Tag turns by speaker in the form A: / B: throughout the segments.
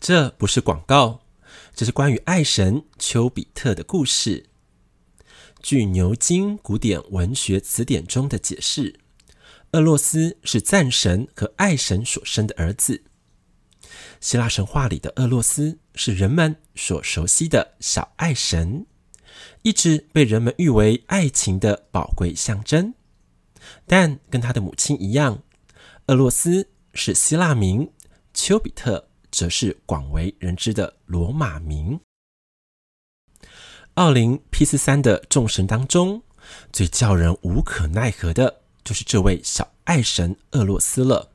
A: 这不是广告，这是关于爱神丘比特的故事。据牛津古典文学词典中的解释，俄洛斯是战神和爱神所生的儿子。希腊神话里的俄洛斯是人们所熟悉的小爱神，一直被人们誉为爱情的宝贵象征。但跟他的母亲一样，俄洛斯是希腊名，丘比特则是广为人知的罗马名。奥林匹斯山的众神当中，最叫人无可奈何的就是这位小爱神俄洛斯了。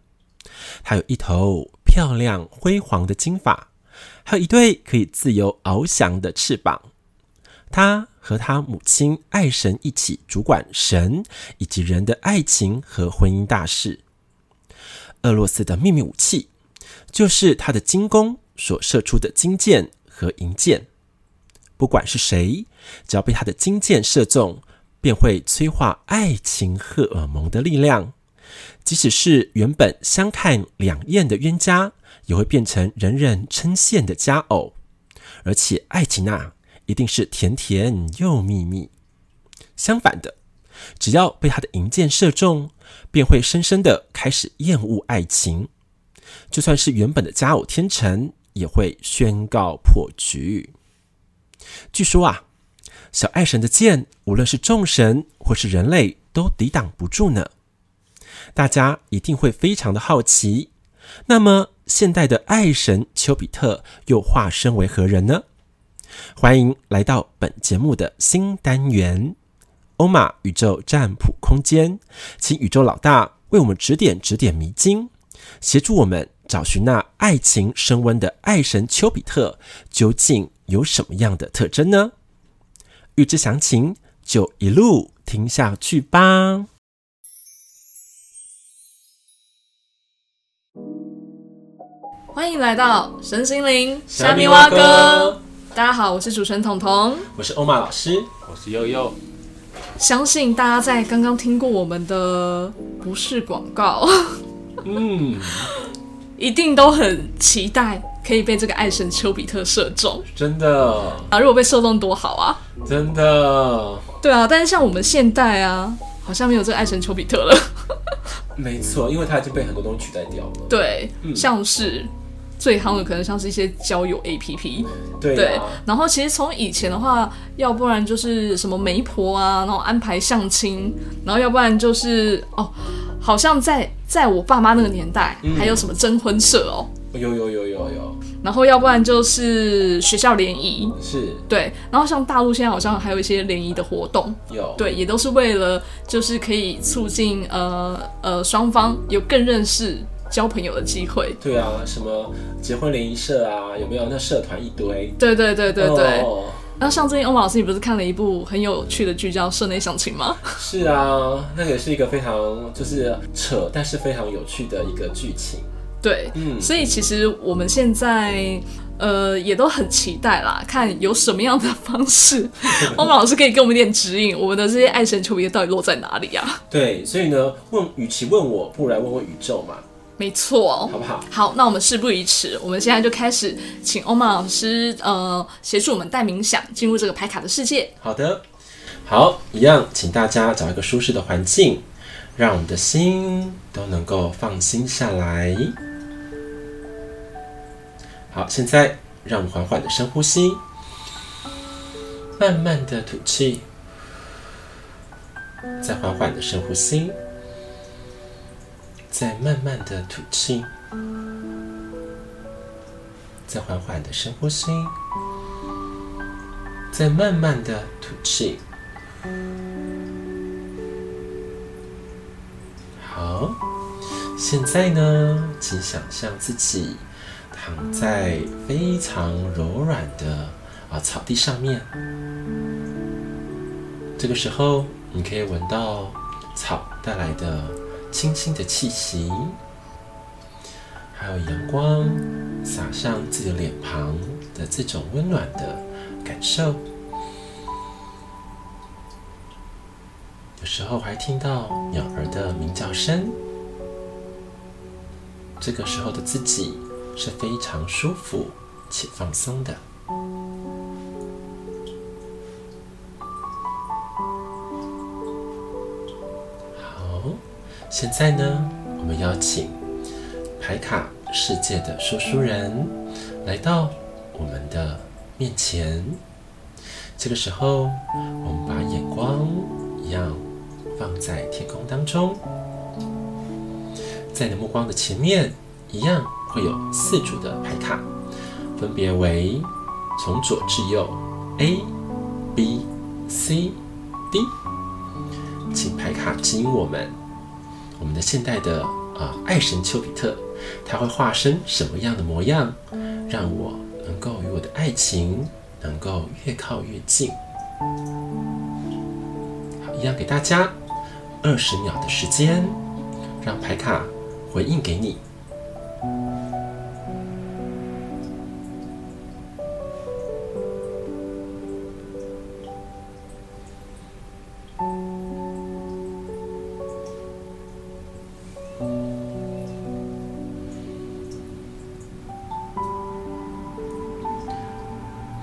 A: 他有一头漂亮辉煌的金发，还有一对可以自由翱翔的翅膀。他和他母亲爱神一起主管神以及人的爱情和婚姻大事。俄罗斯的秘密武器就是他的金弓所射出的金箭和银箭。不管是谁，只要被他的金箭射中，便会催化爱情荷尔蒙的力量。即使是原本相看两厌的冤家，也会变成人人称羡的佳偶。而且爱情啊，一定是甜甜又蜜蜜。相反的，只要被他的银箭射中，便会深深的开始厌恶爱情。就算是原本的佳偶天成，也会宣告破局。据说啊，小爱神的箭，无论是众神或是人类，都抵挡不住呢。大家一定会非常的好奇，那么现代的爱神丘比特又化身为何人呢？欢迎来到本节目的新单元——欧玛宇宙占卜空间，请宇宙老大为我们指点指点迷津，协助我们找寻那爱情升温的爱神丘比特究竟有什么样的特征呢？欲知详情，就一路听下去吧。
B: 欢迎来到神心灵
A: 虾米蛙哥，
B: 大家好，我是主持人彤彤。
A: 我是欧玛老师，
C: 我是悠悠，
B: 相信大家在刚刚听过我们的不是广告，
A: 嗯，
B: 一定都很期待可以被这个爱神丘比特射中
A: 真的，
B: 啊！如果被射中多好啊！
A: 真的，
B: 对啊，但是像我们现代啊，好像没有这个爱神丘比特了。
A: 没错，因为它已经被很多东西取代掉了。
B: 对，
A: 嗯
B: 像是最夯的可能像是一些交友 APP。
A: 对
B: 对
A: 啊，，
B: 然后其实从以前的话，要不然就是什么媒婆啊，然后安排相亲，然后要不然就是哦，好像在在我爸妈那个年代，
A: 嗯
B: 还有什么征婚社哦，
A: 有有有有有，
B: 然后要不然就是学校联谊，
A: 是
B: 对，然后像大陆现在好像还有一些联谊的活动，
A: 有，
B: 对，也都是为了就是可以促进呃呃双方有更认识交朋友的机会，
A: 对啊，什么结婚联谊社啊，有没有？那社团一堆，
B: 对对对对对。
A: 哦
B: 然后像最近欧马老师，你不是看了一部很有趣的剧叫《社内相亲》吗？
A: 是啊，那个也是一个非常就是扯，但是非常有趣的一个剧情。
B: 对，
A: 嗯，
B: 所以其实我们现在呃也都很期待啦，看有什么样的方式，欧曼老师可以给我们一点指引，我们的这些爱神球迷到底落在哪里啊？
A: 对，所以呢，问，与其问我，不如来问问宇宙嘛，
B: 没错哦
A: 好。不好？
B: 好，那我们事不宜迟，我们现在就开始请欧曼老师呃协助我们带冥想进入这个牌卡的世界。
A: 好的，好，一样，请大家找一个舒适的环境，让我们的心都能够放心下来。好，现在让我们缓缓的深呼吸，慢慢的吐气，再缓缓的深呼吸，再慢慢的吐气，再缓缓的深呼吸。再慢慢的吐气。好，现在呢，请想象自己躺在非常柔软的啊草地上面。这个时候，你可以闻到草带来的清新的气息，还有阳光洒上自己的脸庞的这种温暖的感受。有时候还听到鸟儿的鸣叫声。这个时候的自己是非常舒服且放松的。好，现在呢，我们邀请牌卡世界的说书人来到我们的面前。这个时候，我们把眼光一样放在天空当中，在你的目光的前面，一样会有四组的牌卡，分别为从左至右 A、B、C、D。请牌卡指引我们，我们的现代的啊、爱神丘比特，他会化身什么样的模样，让我能够与我的爱情能够越靠越近。好，一样给大家二十秒的时间，让牌卡回应给你。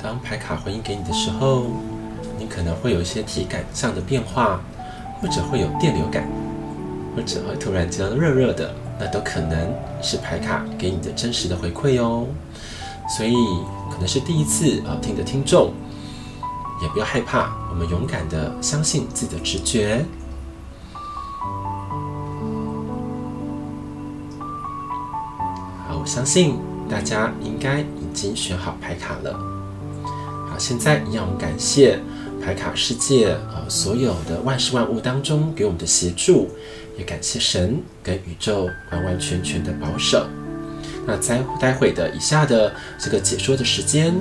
A: 当牌卡回应给你的时候，你可能会有一些体感上的变化，或者会有电流感，或者会突然间热热的，那都可能是牌卡给你的真实的回馈哦。所以，可能是第一次啊听的听众，也不要害怕，我们勇敢的相信自己的直觉。好，我相信大家应该已经选好牌卡了。好，啊现在一样，我们感谢牌卡世界呃所有的万事万物当中给我们的协助，也感谢神跟宇宙完完全全的保守。那在待会的以下的这个解说的时间，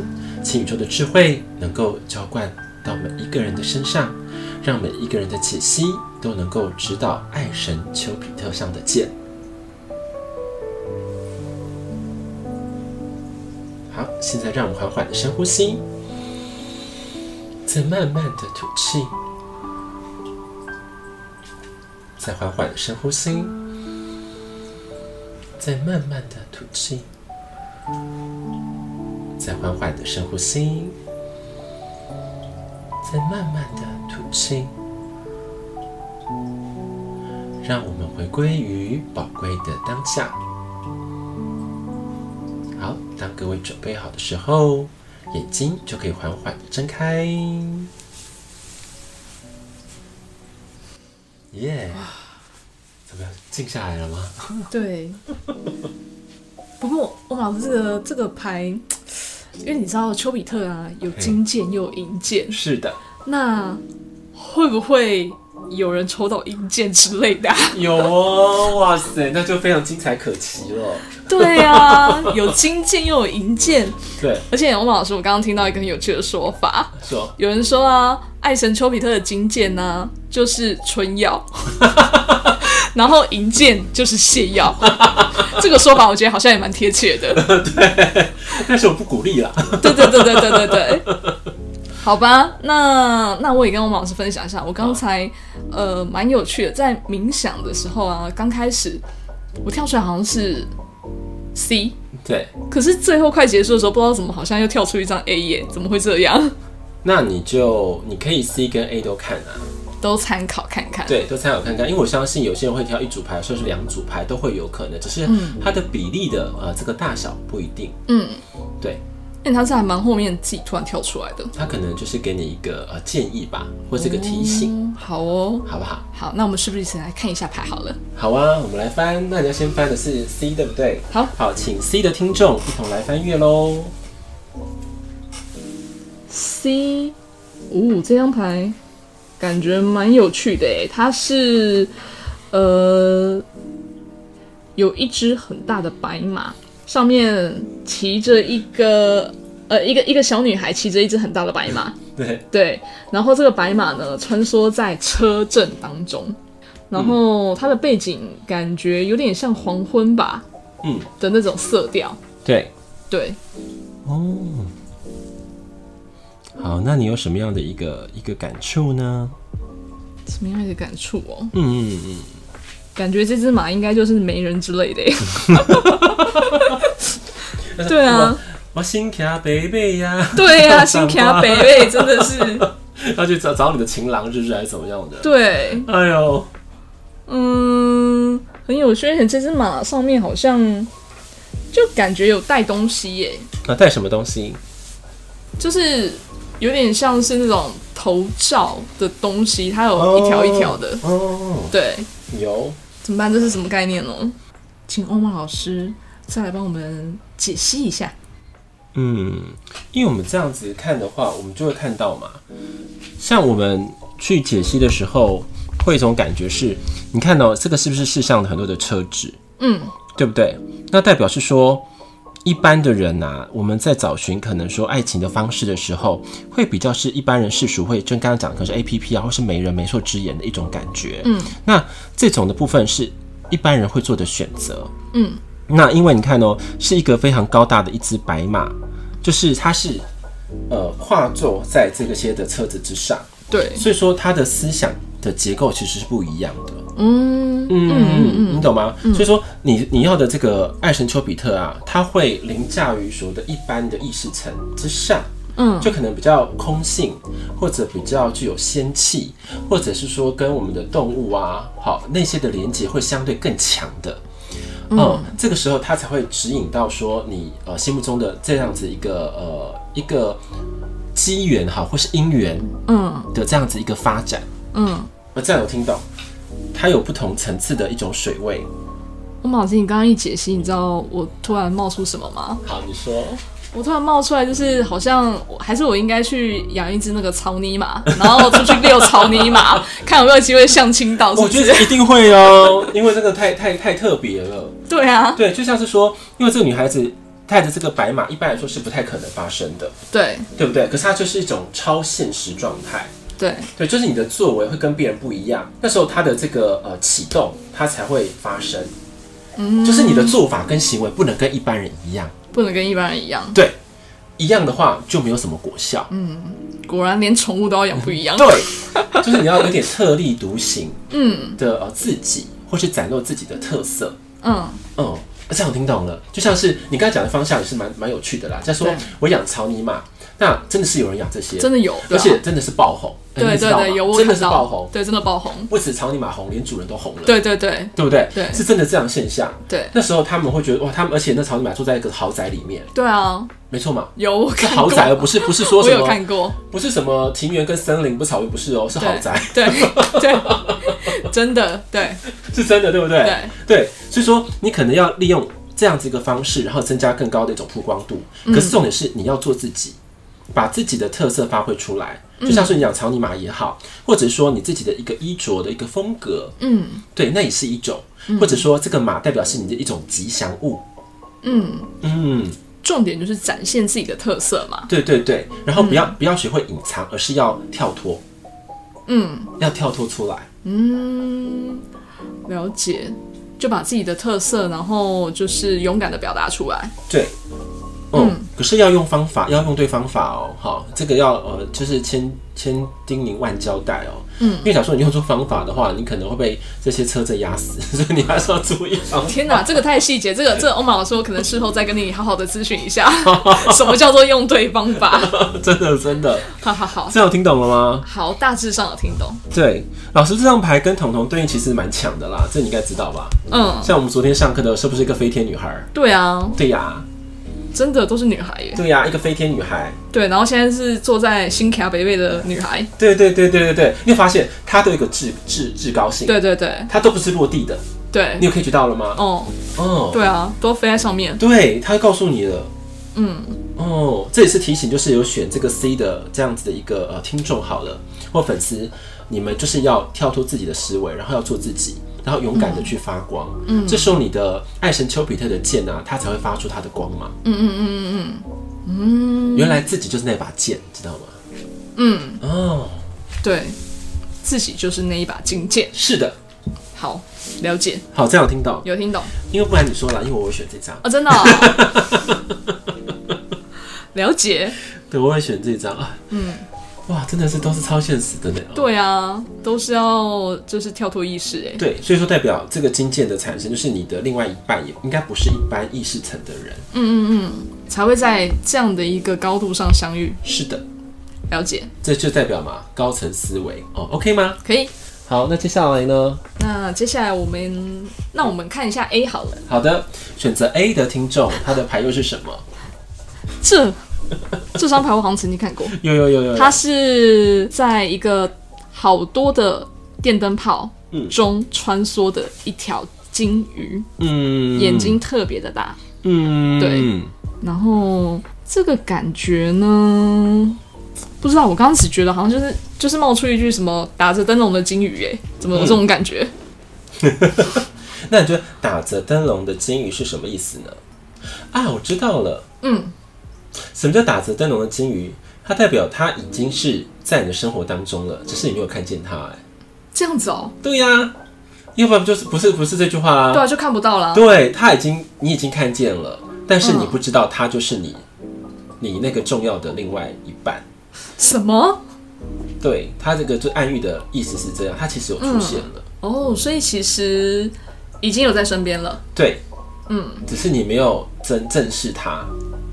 A: 请宇宙的智慧能够浇灌到每一个人的身上，让每一个人的解析都能够指导爱神丘比特上的箭。好，现在让我们缓缓的深呼吸，再慢慢的吐气，再缓缓的深呼吸，再慢慢的吐气，再缓缓的深呼吸，再慢慢的吐气，让我们回归于宝贵的当下。好，当各位准备好的时候，眼睛就可以缓缓的睁开。耶、怎么样？静下来了吗？
B: 嗯对。不过我老师这个这个牌，因为你知道丘比特啊，有金剑又有银剑，
A: 是的，
B: 那会不会有人抽到银剑之类的啊、
A: 有哦，哇塞，那就非常精彩可期了。
B: 对 啊，有金剑又有银剑，
A: 对，
B: 而且欧盟老师，我刚刚听到一个很有趣的说法，
A: 说
B: 有人说啊，爱神丘比特的金剑呢、就是春 药，然后银剑就是泻药，这个说法我觉得好像也蛮贴切的。
A: 但是我不鼓励啦。
B: 对对对对对对对。 好吧，那那我也跟我们老师分享一下，我刚才呃蛮有趣的，在冥想的时候啊，刚开始我跳出来好像是 C，
A: 对，
B: 可是最后快结束的时候，不知道怎么好像又跳出一张 A 耶，怎么会这样？
A: 那你就你可以 C 跟 A 都看啊，
B: 都参考看看。
A: 对，都参考看看，因为我相信有些人会挑一组牌，甚至两组牌都会有可能，只是它的比例的呃这个大小不一定。
B: 嗯，
A: 对，
B: 因为他是还蛮后面自己突然跳出来的
A: 它可能就是给你一个呃建议吧，或是一个提醒，
B: 嗯好哦，
A: 好不好？
B: 好，那我们是不是一起来看一下牌好了？
A: 好啊，我们来翻，那你要先翻的是 C 对不对？
B: 好
A: 好，请 C 的听众一同来翻阅喽。
B: C 五、哦、这张牌感觉蛮有趣的诶，它是呃有一只很大的白马，上面骑着一个呃一个一个小女孩骑着一只很大的白马，
A: 对，
B: 对，然后这个白马呢穿梭在车阵当中，
A: 嗯
B: 然后它的背景感觉有点像黄昏吧
A: 嗯，
B: 的那种色调，
A: 对，
B: 对，
A: 哦。好，那你有什么样的一个一个感触呢？
B: 什么样的感触哦？
A: 嗯嗯嗯，
B: 欸感觉这只马应该就是媒人之类的耶。对啊，
A: 嗯我心卡北北呀，
B: 对呀、啊，
A: 长
B: 新
A: 瓜
B: 卡北魏真的是，
A: 要去找找你的情郎，是不是还是怎么样的？
B: 对，
A: 哎呦，
B: 嗯，很有趣。而且这只马上面好像就感觉有带东西耶、
A: 那啊带什么东西？
B: 就是有点像是那种头罩的东西，它有一条一条的。
A: 哦，
B: 对，
A: 有
B: 怎么办？这是什么概念哦呢？请欧曼老师再来帮我们解析一下。
A: 嗯，因为我们这样子看的话，我们就会看到嘛。像我们去解析的时候，会有一种感觉是，你看到、这个是不是世上的很多的车子，
B: 嗯，
A: 对不对？那代表是说，一般的人呐、我们在找寻可能说爱情的方式的时候，会比较是一般人世俗会，就刚刚讲的可能是 A P P 啊，或是媒人媒妁之言的一种感觉。嗯，那这种的部分是一般人会做的选择。
B: 嗯，
A: 那因为你看哦，是一个非常高大的一只白马，就是它是呃跨坐在这个些的车子之上，
B: 对，
A: 所以说它的思想的结构其实是不一样的。
B: 嗯
A: 嗯嗯，你懂吗？所以说你你要的这个爱神丘比特啊，它会凌驾于所谓的一般的意识层之上。
B: 嗯
A: 就可能比较空性，或者比较具有仙气，或者是说跟我们的动物啊，好那些的连接会相对更强的。嗯、这个时候它才会指引到说你呃心目中的这样子一个呃一个机缘哈，或是因缘
B: 嗯
A: 的这样子一个发展。
B: 嗯，
A: 呃，这样有听懂？它有不同层次的一种水位。
B: 欧曼老师，你刚刚一解析，你知道我突然冒出什么吗？
A: 好，你说。
B: 我突然冒出来，就是好像我还是我应该去养一只那个草泥马，然后出去遛草泥马， 看有没有机会相亲到。是
A: 我
B: 不
A: 觉
B: 是？
A: 得一定会哦， 因为这个太太太特别了。
B: 对啊，
A: 对，就像是说，因为这个女孩子带着这个白马，一般来说是不太可能发生的，
B: 对
A: 对不对？可是它就是一种超现实状态，
B: 对，
A: 对，就是你的作为会跟别人不一样，那时候它的这个呃启动，它才会发生。嗯，就是你的做法跟行为不能跟一般人一样，
B: 不能跟一般人一样。
A: 对，一样的话就没有什么果效。
B: 果然连宠物都要养不一样。
A: 对，就是你要有点特立独行
B: 嗯
A: 的呃自己，或是展露自己的特色。
B: 嗯
A: 嗯，这样我听懂了，就像是你刚才讲的方向也是蛮蛮有趣的啦。再说
B: 对
A: 我养草泥马，那真的是有人养这些，
B: 真的有，对
A: 而
B: 啊
A: 且真的是爆红，哎
B: 对
A: 你知
B: 对
A: 道吗
B: 对，有我
A: 真的
B: 看
A: 是
B: 到
A: 爆红，
B: 对，真的爆红。
A: 不止草泥马红，连主人都红了，
B: 对对对
A: 对不对？
B: 对
A: 是真的这样的现象。
B: 对
A: 那时候他们会觉得哇，他们而且那草泥马住在一个豪宅里面，
B: 对啊，
A: 没错嘛，
B: 有我
A: 是
B: 看
A: 豪
B: 过，
A: 宅，而不是不是说
B: 我
A: 什
B: 有看
A: 么
B: 过，
A: 不是什么庭园跟森林，不是草原，不是哦，是
B: 对
A: 豪宅，
B: 对对， 真的对
A: 是真的，对不对？
B: 对
A: 对，所以说你可能要利用这样子一个方式，然后增加更高的一种曝光度。
B: 嗯
A: 可是重点是你要做自己，把自己的特色发挥出来，
B: 嗯
A: 就像是你养草泥马也好，或者说你自己的一个衣着的一个风格，
B: 嗯
A: 对，那也是一种。或者说这个马代表是你的一种吉祥物，
B: 嗯，
A: 嗯，
B: 重点就是展现自己的特色嘛。
A: 对对对。然后不要、不要学会隐藏，而是要跳脱，
B: 嗯。
A: 要跳脱出来。
B: 嗯，了解，就把自己的特色，然后就是勇敢的表达出来。
A: 对，嗯，可是要用方法，要用对方法哦。好，这个要呃，就是千千叮咛万交代哦。嗯，因为假如说你用错方法的话，你可能会被这些车子压死， 所以你还是要注意哦方法。
B: 天哪，这个太细节，这个这个欧玛老师，我可能事后再跟你好好的咨询一下，什么叫做用对方法？
A: 真的真的，
B: 好好好，
A: 这样有听懂了吗？
B: 好，大致上有听懂。
A: 对，老师这张牌跟彤彤对应其实蛮强的啦，这你应该知道吧？
B: 嗯，
A: 像我们昨天上课的是不是一个飞天女孩？
B: 对啊，
A: 对呀，
B: 真的都是女孩耶。
A: 对呀，一个飞天女孩。
B: 对，然后现在是坐在新卡北北的女孩。
A: 对对对对对对，你有发现她都有一个至至至高性，
B: 对对对
A: 她都不是落地的，你
B: 对，
A: 有 catch 到了吗？
B: 哦，
A: 哦，
B: 对啊，都飞在上面。
A: 对，他会告诉你了。
B: 嗯，
A: 哦，这也是提醒，就是有选这个 C 的这样子的一个呃听众好了，或粉丝，你们就是要跳脱自己的思维，然后要做自己，然后勇敢的去发光。嗯，这时候你的爱神丘比特的剑啊，它才会发出它的光芒。嗯嗯嗯嗯嗯。原来自己就是那把剑，知道吗？嗯。哦，
B: 对，自己就是那一把金剑。
A: 是的。
B: 好，了解，
A: 好，这样有听到，
B: 有听懂。
A: 因为不然你说了，因为我会选这张，
B: 哦，真的、哦。了解，
A: 对，我会选这张啊。嗯。哇，真的是都是超现实的呢。哦
B: 对啊，都是要就是跳脱意识哎。
A: 对，所以说代表这个金剑的产生，就是你的另外一半也应该不是一般意识层的人。嗯嗯嗯，
B: 才会在这样的一个高度上相遇。
A: 是的，
B: 了解，
A: 这就代表嘛高层思维哦，OK 吗？
B: 可以。
A: 好，那接下来呢？
B: 那接下来我们，那我们看一下 A 好了，
A: 好的，选择 A 的听众，他的牌又是什么？
B: 这这张牌我好像曾经看过，
A: 有有有有有
B: 它是在一个好多的电灯泡中穿梭的一条金鱼，
A: 嗯
B: 眼，睛特别的大，
A: 嗯，
B: 对然后这个感觉呢，不知道，我刚刚只觉得好像就是就是冒出一句什么打着灯笼的金鱼，哎，怎么有这种感觉？
A: 嗯那你觉得打着灯笼的金鱼是什么意思呢？啊，我知道了，
B: 嗯，
A: 什么叫打着灯笼的金鱼？它代表它已经是在你的生活当中了，只是你没有看见它、哎，
B: 这样子哦，
A: 对呀、要不然就是不是不是这句话啦、
B: 对啊，就看不到啦。
A: 对，他已经你已经看见了，但是你
B: 嗯
A: 不知道他就是你，你那个重要的另外一半。
B: 什么？
A: 对他这个就暗喻的意思是这样，他其实有出现了，
B: 哦，所以其实已经有在身边了。
A: 对，
B: 嗯，
A: 只是你没有正正视他。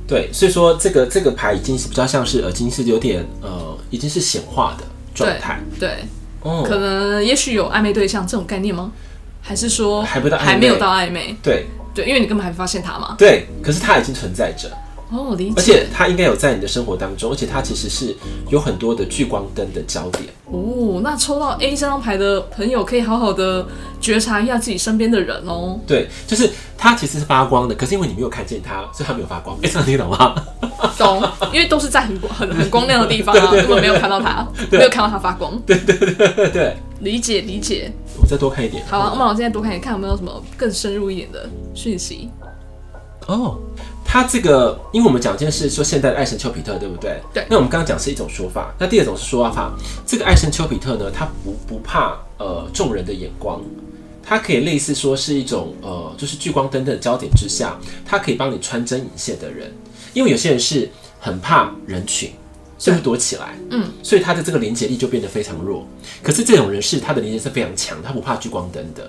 A: 对，所以说这个这个牌已经是比较像是，呃，已经是有点呃，已经是显化的状态。
B: 对，
A: 哦
B: 可，能也许有暧昧对象这种概念吗？还是说
A: 还不到暧昧
B: 还没有到暧昧？
A: 对
B: 对，因为你根本还没发现他嘛。
A: 对，可是它已经存在着，
B: 哦，理
A: 而
B: 解
A: 且。它应该有在你的生活当中，而且它其实是有很多的聚光灯的焦点。
B: 哦，那抽到 A 这张牌的朋友可以好好的觉察一下自己身边的人哦。
A: 对，就是它其实是发光的，可是因为你没有看见它，所以它没有发光。哎、这样听得懂吗？
B: 懂，因为都是在很光很很光亮的地方啊，根本没有看到它，没有看到它发光。
A: 对对，
B: 理解理解。
A: 我再多看一点。
B: 好啊，那我现在多看一看有没有什么更深入一点的讯息。
A: 哦，它这个，因为我们讲今天是说现代的爱神丘比特，对不对？
B: 对
A: 那我们刚刚讲是一种说法，那第二种是说法，这个爱神丘比特呢，它不不怕呃众人的眼光。它可以类似说是一种呃，就是聚光灯的焦点之下，它可以帮你穿针引线的人，因为有些人是很怕人群，所以会躲起来，
B: 嗯，
A: 所以他的这个连接力就变得非常弱。可是这种人是他的连接是非常强，他不怕聚光灯的，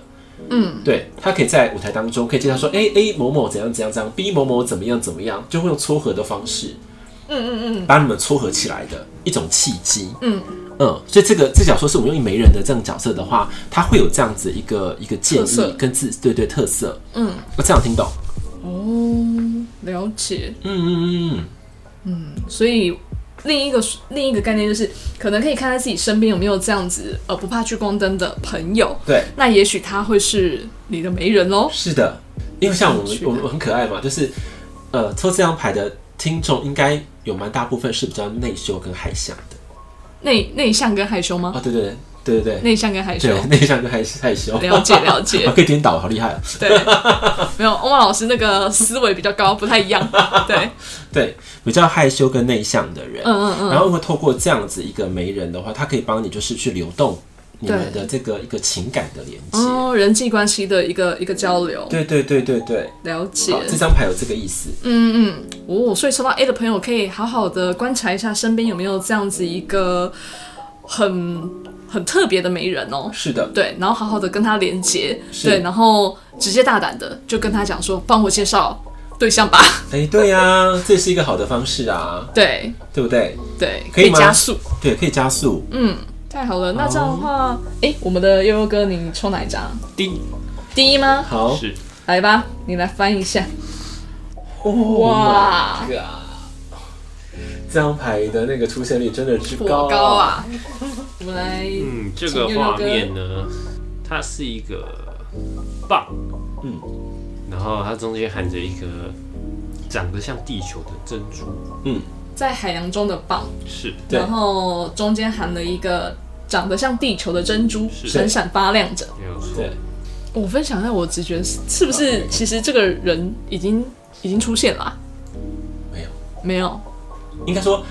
B: 嗯，
A: 对他可以在舞台当中可以介绍说，哎、A 某某怎样怎样怎样，B 某某怎么样怎么样，就会用撮合的方式，嗯嗯嗯，把你们撮合起来的一种契机，
B: 嗯
A: 嗯，所以这个这角色是我们用一媒人的这样角色的话，他会有这样子一个一个建
B: 特色
A: 议跟自对对特色，
B: 嗯，
A: 我这样听懂，
B: 哦，了解。
A: 嗯嗯嗯嗯，
B: 所以另一个另一个概念就是，可能可以看在自己身边有没有这样子呃不怕聚光灯的朋友，
A: 对。
B: 那也许他会是你的媒人喽。
A: 是的，因为像我们
B: 是的
A: 我们很可爱嘛，就是呃抽这张牌的听众应该有蛮大部分是比较内羞跟害羞的
B: 内内向跟害羞吗？
A: 哦，对对对对对对
B: 内向跟害羞。
A: 对，内向跟害害羞，
B: 了解了解
A: 我可以颠倒，好厉害啊！
B: 对，没有欧曼老师那个思维比较高，不太一样。对，
A: 对，比较害羞跟内向的人，
B: 嗯嗯嗯
A: 然后会透过这样子一个媒人的话，他可以帮你就是去流动你们的这个一个情感的连接。
B: 哦，人际关系的一个一个交流，
A: 对对对对对，
B: 了解。
A: 好，这张牌有这个意思。
B: 嗯嗯，哦，所以抽到 A 的朋友可以好好的观察一下身边有没有这样子一个很很特别的媒人哦。
A: 是的，
B: 对，然后好好的跟他连接，
A: 是
B: 对，然后直接大胆的就跟他讲说，帮我介绍对象吧。
A: 哎，对呀、这是一个好的方式啊，
B: 对
A: 对不对？
B: 对，
A: 可以吗
B: 加速。
A: 对，可以加速。
B: 嗯，太好了，那这样的话，哎、我们的悠悠哥，你抽哪一张？
C: 丁
B: 第一吗？
A: 好，
C: 是
B: 来吧，你来翻一下。
A: 哦哇，
B: 哇，
A: 这张牌的那个出现率真的是
B: 火高！啊！我们 来，
C: 嗯，这个画面呢，它是一个棒，
A: 嗯，
C: 然后它中间含着一个长得像地球的珍珠，
A: 嗯
B: 在海洋中的蚌，
C: 是
A: 对
B: 然后中间含了一个长得像地球的珍珠，
C: 是
B: 闪闪发亮着。
C: 没有错
A: 对，，
B: 我分享一下我的直觉，是是不是其实这个人已经已经出现了啊、
A: 没有，
B: 没有，
A: 应该说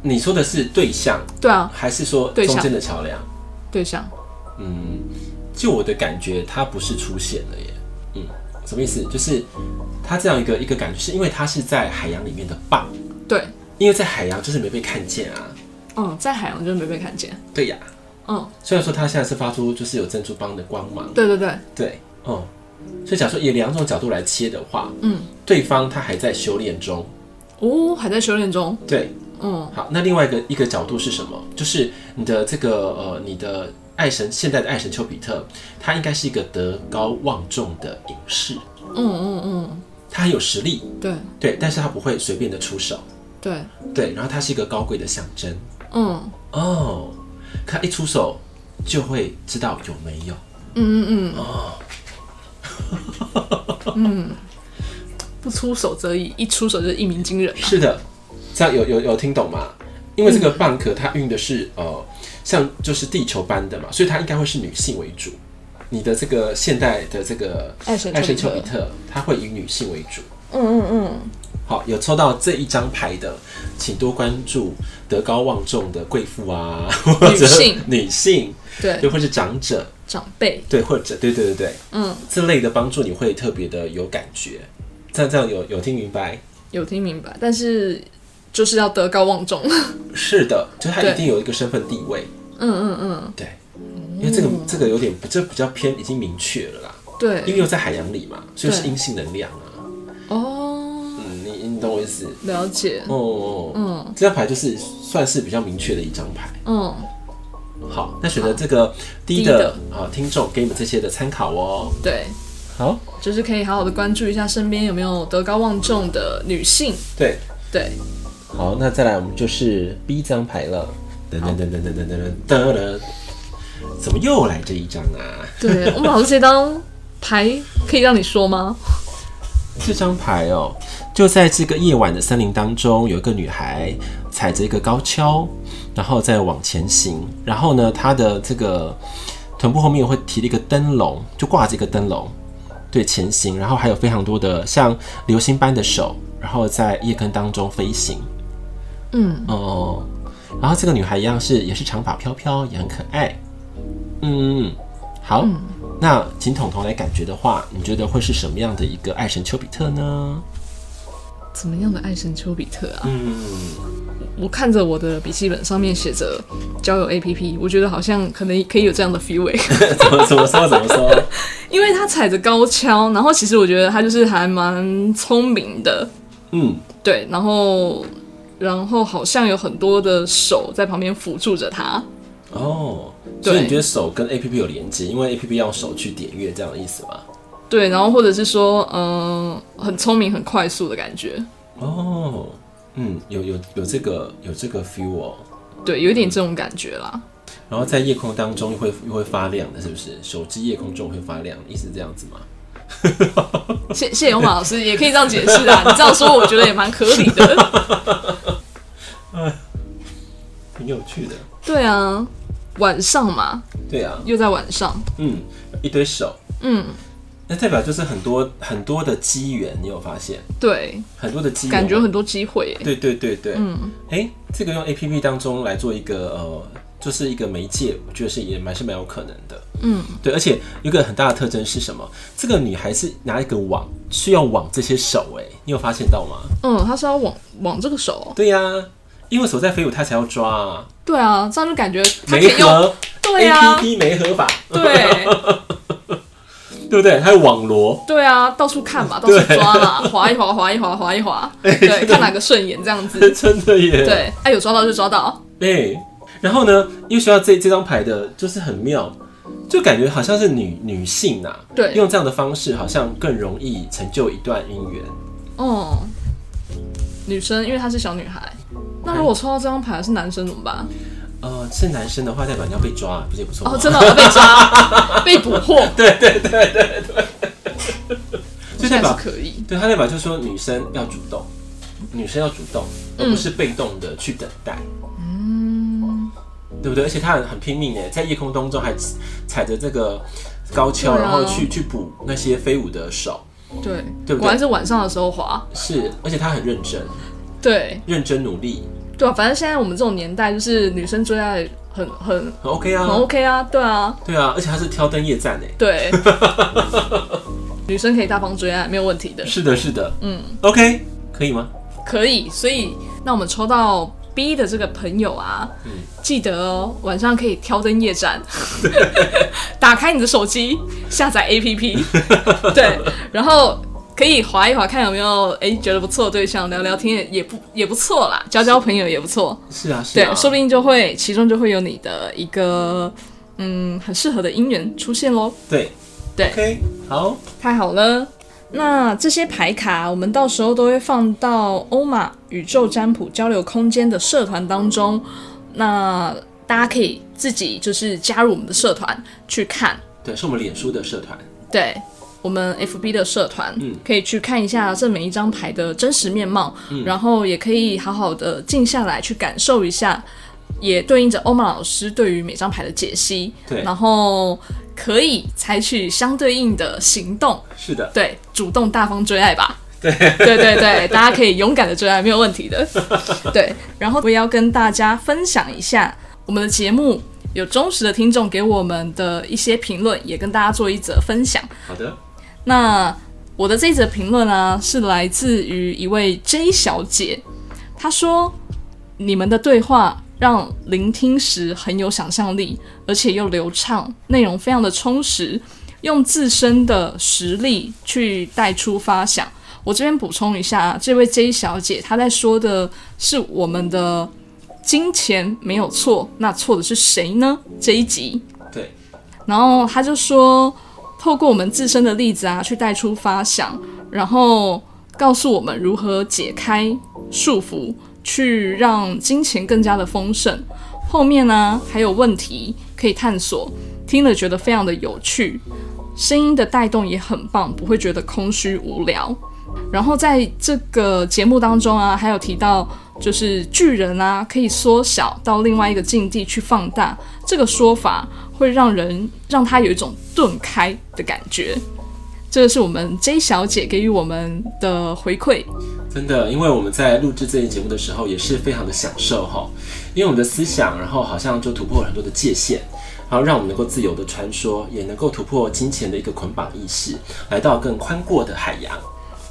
A: 你说的是对象，
B: 对啊，
A: 还是说
B: 对象
A: 中间的桥梁？
B: 对象
A: 嗯，就我的感觉，它不是出现了耶。嗯，什么意思？就是它这样一个一个感觉，是因为它是在海洋里面的蚌，
B: 对，
A: 因为在海洋就是没被看见啊。
B: 嗯，在海洋就是没被看见，
A: 对呀，
B: 嗯，
A: 虽然说它现在是发出就是有珍珠蚌的光芒，
B: 对对对，
A: 对，哦、所以假如说以两种角度来切的话，
B: 嗯，
A: 对方他还在修炼中，
B: 哦，还在修炼中，
A: 对，
B: 嗯，
A: 好，那另外一个一个角度是什么？就是你的这个呃，你的爱神现代的爱神丘比特，他应该是一个德高望重的隐士，
B: 嗯嗯嗯，
A: 他很有实力，
B: 对
A: 对，但是他不会随便的出手，
B: 对，
A: 对，然后他是一个高贵的象征
B: 嗯
A: 哦，可他一出手就会知道有没有，
B: 嗯嗯嗯， 嗯，不出手则已，一出手就是一鸣惊人啊。
A: 是的，这样有有有听懂吗？因为这个蚌壳它运的是呃，像就是地球般的嘛，所以它应该会是女性为主。你的这个现代的这个
B: 爱神丘比特
A: 爱神丘比特，它会以女性为主。
B: 嗯嗯嗯，
A: 好，有抽到这一张牌的，请多关注德高望重的贵妇啊， 或者
B: 性
A: 女性，
B: 对，
A: 又或是长者，
B: 长辈，
A: 对，或者对对对对，
B: 嗯，
A: 这类的帮助你会特别的有感觉。这样这样有有听明白？
B: 有听明白，但是就是要德高望重。
A: 是的，就是它
B: 对
A: 一定有一个身份地位。
B: 嗯嗯嗯，
A: 对，因为这个这个有点这比较偏，已经明确了啦，因为
B: 对，
A: 又在海洋里嘛，所以是
B: 对
A: 阴性能量啊。
B: 哦，
A: 嗯，你你懂我意思？
B: 了解，
A: 哦，
B: 嗯
A: 这张牌就是算是比较明确的一张牌。
B: 嗯，
A: 好，那选择这个低
B: 低
A: 的
B: 的
A: 啊，听众给你们这些的参考哦。
B: 对，
A: 好，
B: 就是可以好好的关注一下身边有没有德高望重的女性。
A: 对，
B: 对，
A: 好，那再来我们就是 B 张牌了。噔噔噔噔噔噔噔噔噔噔，怎么又来这一张啊？
B: 对 我们老师这张牌可以让你说吗？
A: 这张牌哦，就在这个夜晚的森林当中，有一个女孩踩着一个高跷，然后再往前行。然后呢，她的这个臀部后面会提了一个灯笼，就挂着一个灯笼，对前行。然后还有非常多的像流星般的手，然后在夜空当中飞行。
B: 嗯，
A: 哦，然后这个女孩一样是也是长发飘飘，也很可爱。嗯，好，那请彤彤来感觉的话，你觉得会是什么样的一个爱神丘比特呢？
B: 怎么样的爱神丘比特啊？
A: 嗯。
B: 我看着我的笔记本上面写着交友 APP，我觉得好像可能可以有这样的 feel 欸。
A: 怎么怎么说怎么说？
B: 因为他踩着高跷，然后其实我觉得他就是还蛮聪明的，
A: 嗯，
B: 对，然后然后好像有很多的手在旁边辅助着他，
A: 哦，
B: 对
A: 所以你觉得手跟 A P P 有连接，因为 A P P 要手去点阅这样的意思吗？
B: 对，然后或者是说，嗯、很聪明、很快速的感觉，
A: 哦，嗯，有有有这个有这个 feel 哦，
B: 对，有一点这种感觉啦，
A: 然后在夜空当中又会又会发亮的，是不是？手机夜空中会发亮，意思这样子吗？
B: 谢谢永马老师也可以这样解释啊，你这样说我觉得也蛮合理的，
A: 挺有趣的，
B: 对啊，晚上嘛，
A: 对啊，
B: 又在晚上，
A: 嗯，一堆手，
B: 嗯，
A: 那代表就是很多很多的机缘，你有发现
B: 对，
A: 很多的机缘，
B: 感觉很多机会耶、
A: 对对对对，嗯，哎、这个用 A P P 当中来做一个呃，就是一个媒介，我觉得是也蛮是蛮有可能的，
B: 嗯，
A: 对，而且有一个很大的特征是什么？这个女孩是拿一个网，是要网这些手、哎，你有发现到吗？
B: 嗯，他是要往往这个手哦、
A: 对呀、因为手在飞舞，她才要抓啊，
B: 对啊，这样就感觉他可
A: 媒
B: 以用，
A: 合
B: 对
A: A
B: 啊
A: P，P 媒合法，
B: 对。
A: 对不对？还有网罗，
B: 对啊，到处看嘛，到处抓嘛，划一划，划一划，划一划，
A: 哎
B: 对，看哪个顺眼这样子。
A: 真的耶，
B: 嗯对，哎、有抓到就抓到，
A: 哎、然后呢，因为学到这这张牌的，就是很妙，就感觉好像是女女性呐、啊，
B: 对
A: 用这样的方式好像更容易成就一段姻缘。
B: 哦、女生，因为她是小女孩。那如果抽到这张牌是男生怎么办？
A: 呃，是男生的话，代表你要被抓，啊不是也不错吗？
B: 哦，真的要被抓，被捕获，
A: 就代
B: 还是
A: 表，
B: 可以。
A: 对他代表就是说女生要主动，女生要主动，而不是被动的去等待，
B: 嗯，
A: 对不对？而且他很很拼命哎，在夜空当中还踩着这个高跷，
B: 对啊
A: 然后去去捕那些飞舞的手，
B: 对，
A: 对不对
B: 果然是晚上的时候滑。
A: 是，而且他很认真，
B: 对，
A: 认真努力，
B: 对啊，反正现在我们这种年代，就是女生追爱很很
A: 很 OK
C: 嗯
A: 啊
B: 很，OK 啊，对啊，
A: 对啊，而且他是挑灯夜战哎。
B: 对，女生可以大方追爱，没有问题的。
A: 是的，是的，嗯，OK，可以吗？
B: 可以，所以那我们抽到 B 的这个朋友啊，
C: 嗯
B: 记得哦，晚上可以挑灯夜战， 打开你的手机，下载 APP，对，然后可以划一划，看有没有哎、觉得不错的对象，聊聊天也也不也不错啦，交交朋友也不错。
C: 是啊，是
B: 对
C: 啊，，
B: 说不定就会其中就会有你的一个嗯很适合的姻缘出现喽。
A: 对
B: 对
A: ，OK，好，
B: 太好了。那这些牌卡，我们到时候都会放到欧玛宇宙占卜交流空间的社团当中。那大家可以自己就是加入我们的社团去看，
A: 对，是我们脸书的社团，
B: 对我们 FB 的社团，
A: 嗯
B: 可以去看一下这每一张牌的真实面貌，
A: 嗯
B: 然后也可以好好的静下来去感受一下，也对应着欧玛老师对于每张牌的解析，
A: 对
B: 然后可以采取相对应的行动，
A: 是的，
B: 对，主动大方追爱吧。对对对对大家可以勇敢的追爱，没有问题的。对，然后我也要跟大家分享一下我们的节目。有忠实的听众给我们的一些评论，也跟大家做一则分享。
A: 好的，
B: 那我的这则评论呢，是来自于一位 J 小姐，她说：“你们的对话让聆听时很有想象力，而且又流畅，内容非常的充实，用自身的实力去带出发想。”我这边补充一下，这位 J 小姐她在说的是我们的金钱没有错，那错的是谁呢？这一集。
A: 对，
B: 然后他就说，透过我们自身的例子啊，去带出发想，然后告诉我们如何解开束缚，去让金钱更加的丰盛。后面呢、还有问题可以探索，听了觉得非常的有趣，声音的带动也很棒，不会觉得空虚无聊。然后在这个节目当中啊，还有提到就是巨人啊，可以缩小到另外一个境地去放大，这个说法会让人让他有一种顿开的感觉。这个是我们 J 小姐给予我们的回馈，
A: 真的，因为我们在录制这期节目的时候也是非常的享受哈，因为我们的思想，然后好像就突破了很多的界限，然后让我们能够自由的穿梭，也能够突破金钱的一个捆绑意识，来到更宽阔的海洋。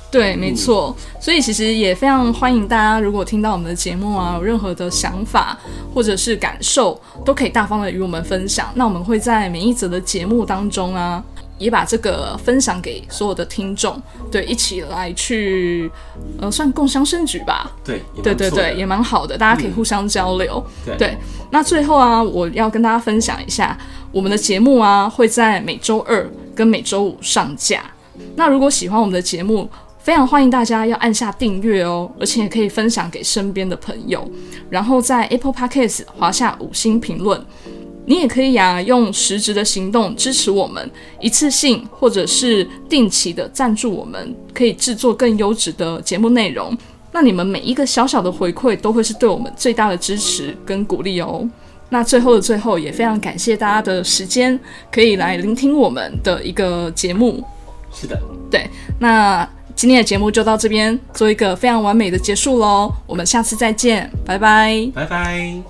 B: 对，没错。所以其实也非常欢迎大家，如果听到我们的节目啊，有任何的想法或者是感受，都可以大方的与我们分享。那我们会在每一则的节目当中啊，也把这个分享给所有的听众，对，一起来去，呃，算共襄盛举吧。
A: 对，也蛮
B: 对对
A: 不错的嗯
B: 对，也蛮好的，大家可以互相交流。
A: 对
B: 对，那最后啊，我要跟大家分享一下，我们的节目啊会在每周二跟每周五上架。那如果喜欢我们的节目，非常欢迎大家要按下订阅哦，而且也可以分享给身边的朋友，然后在 Apple Podcast 划下五星评论。你也可以啊，用实质的行动支持我们，一次性或者是定期的赞助我们，可以制作更优质的节目内容。那你们每一个小小的回馈都会是对我们最大的支持跟鼓励哦。那最后的最后，也非常感谢大家的时间，可以来聆听我们的一个节目。
A: 是的，
B: 对，那今天的节目就到这边，做一个非常完美的结束喽。我们下次再见，拜拜。
A: 拜拜。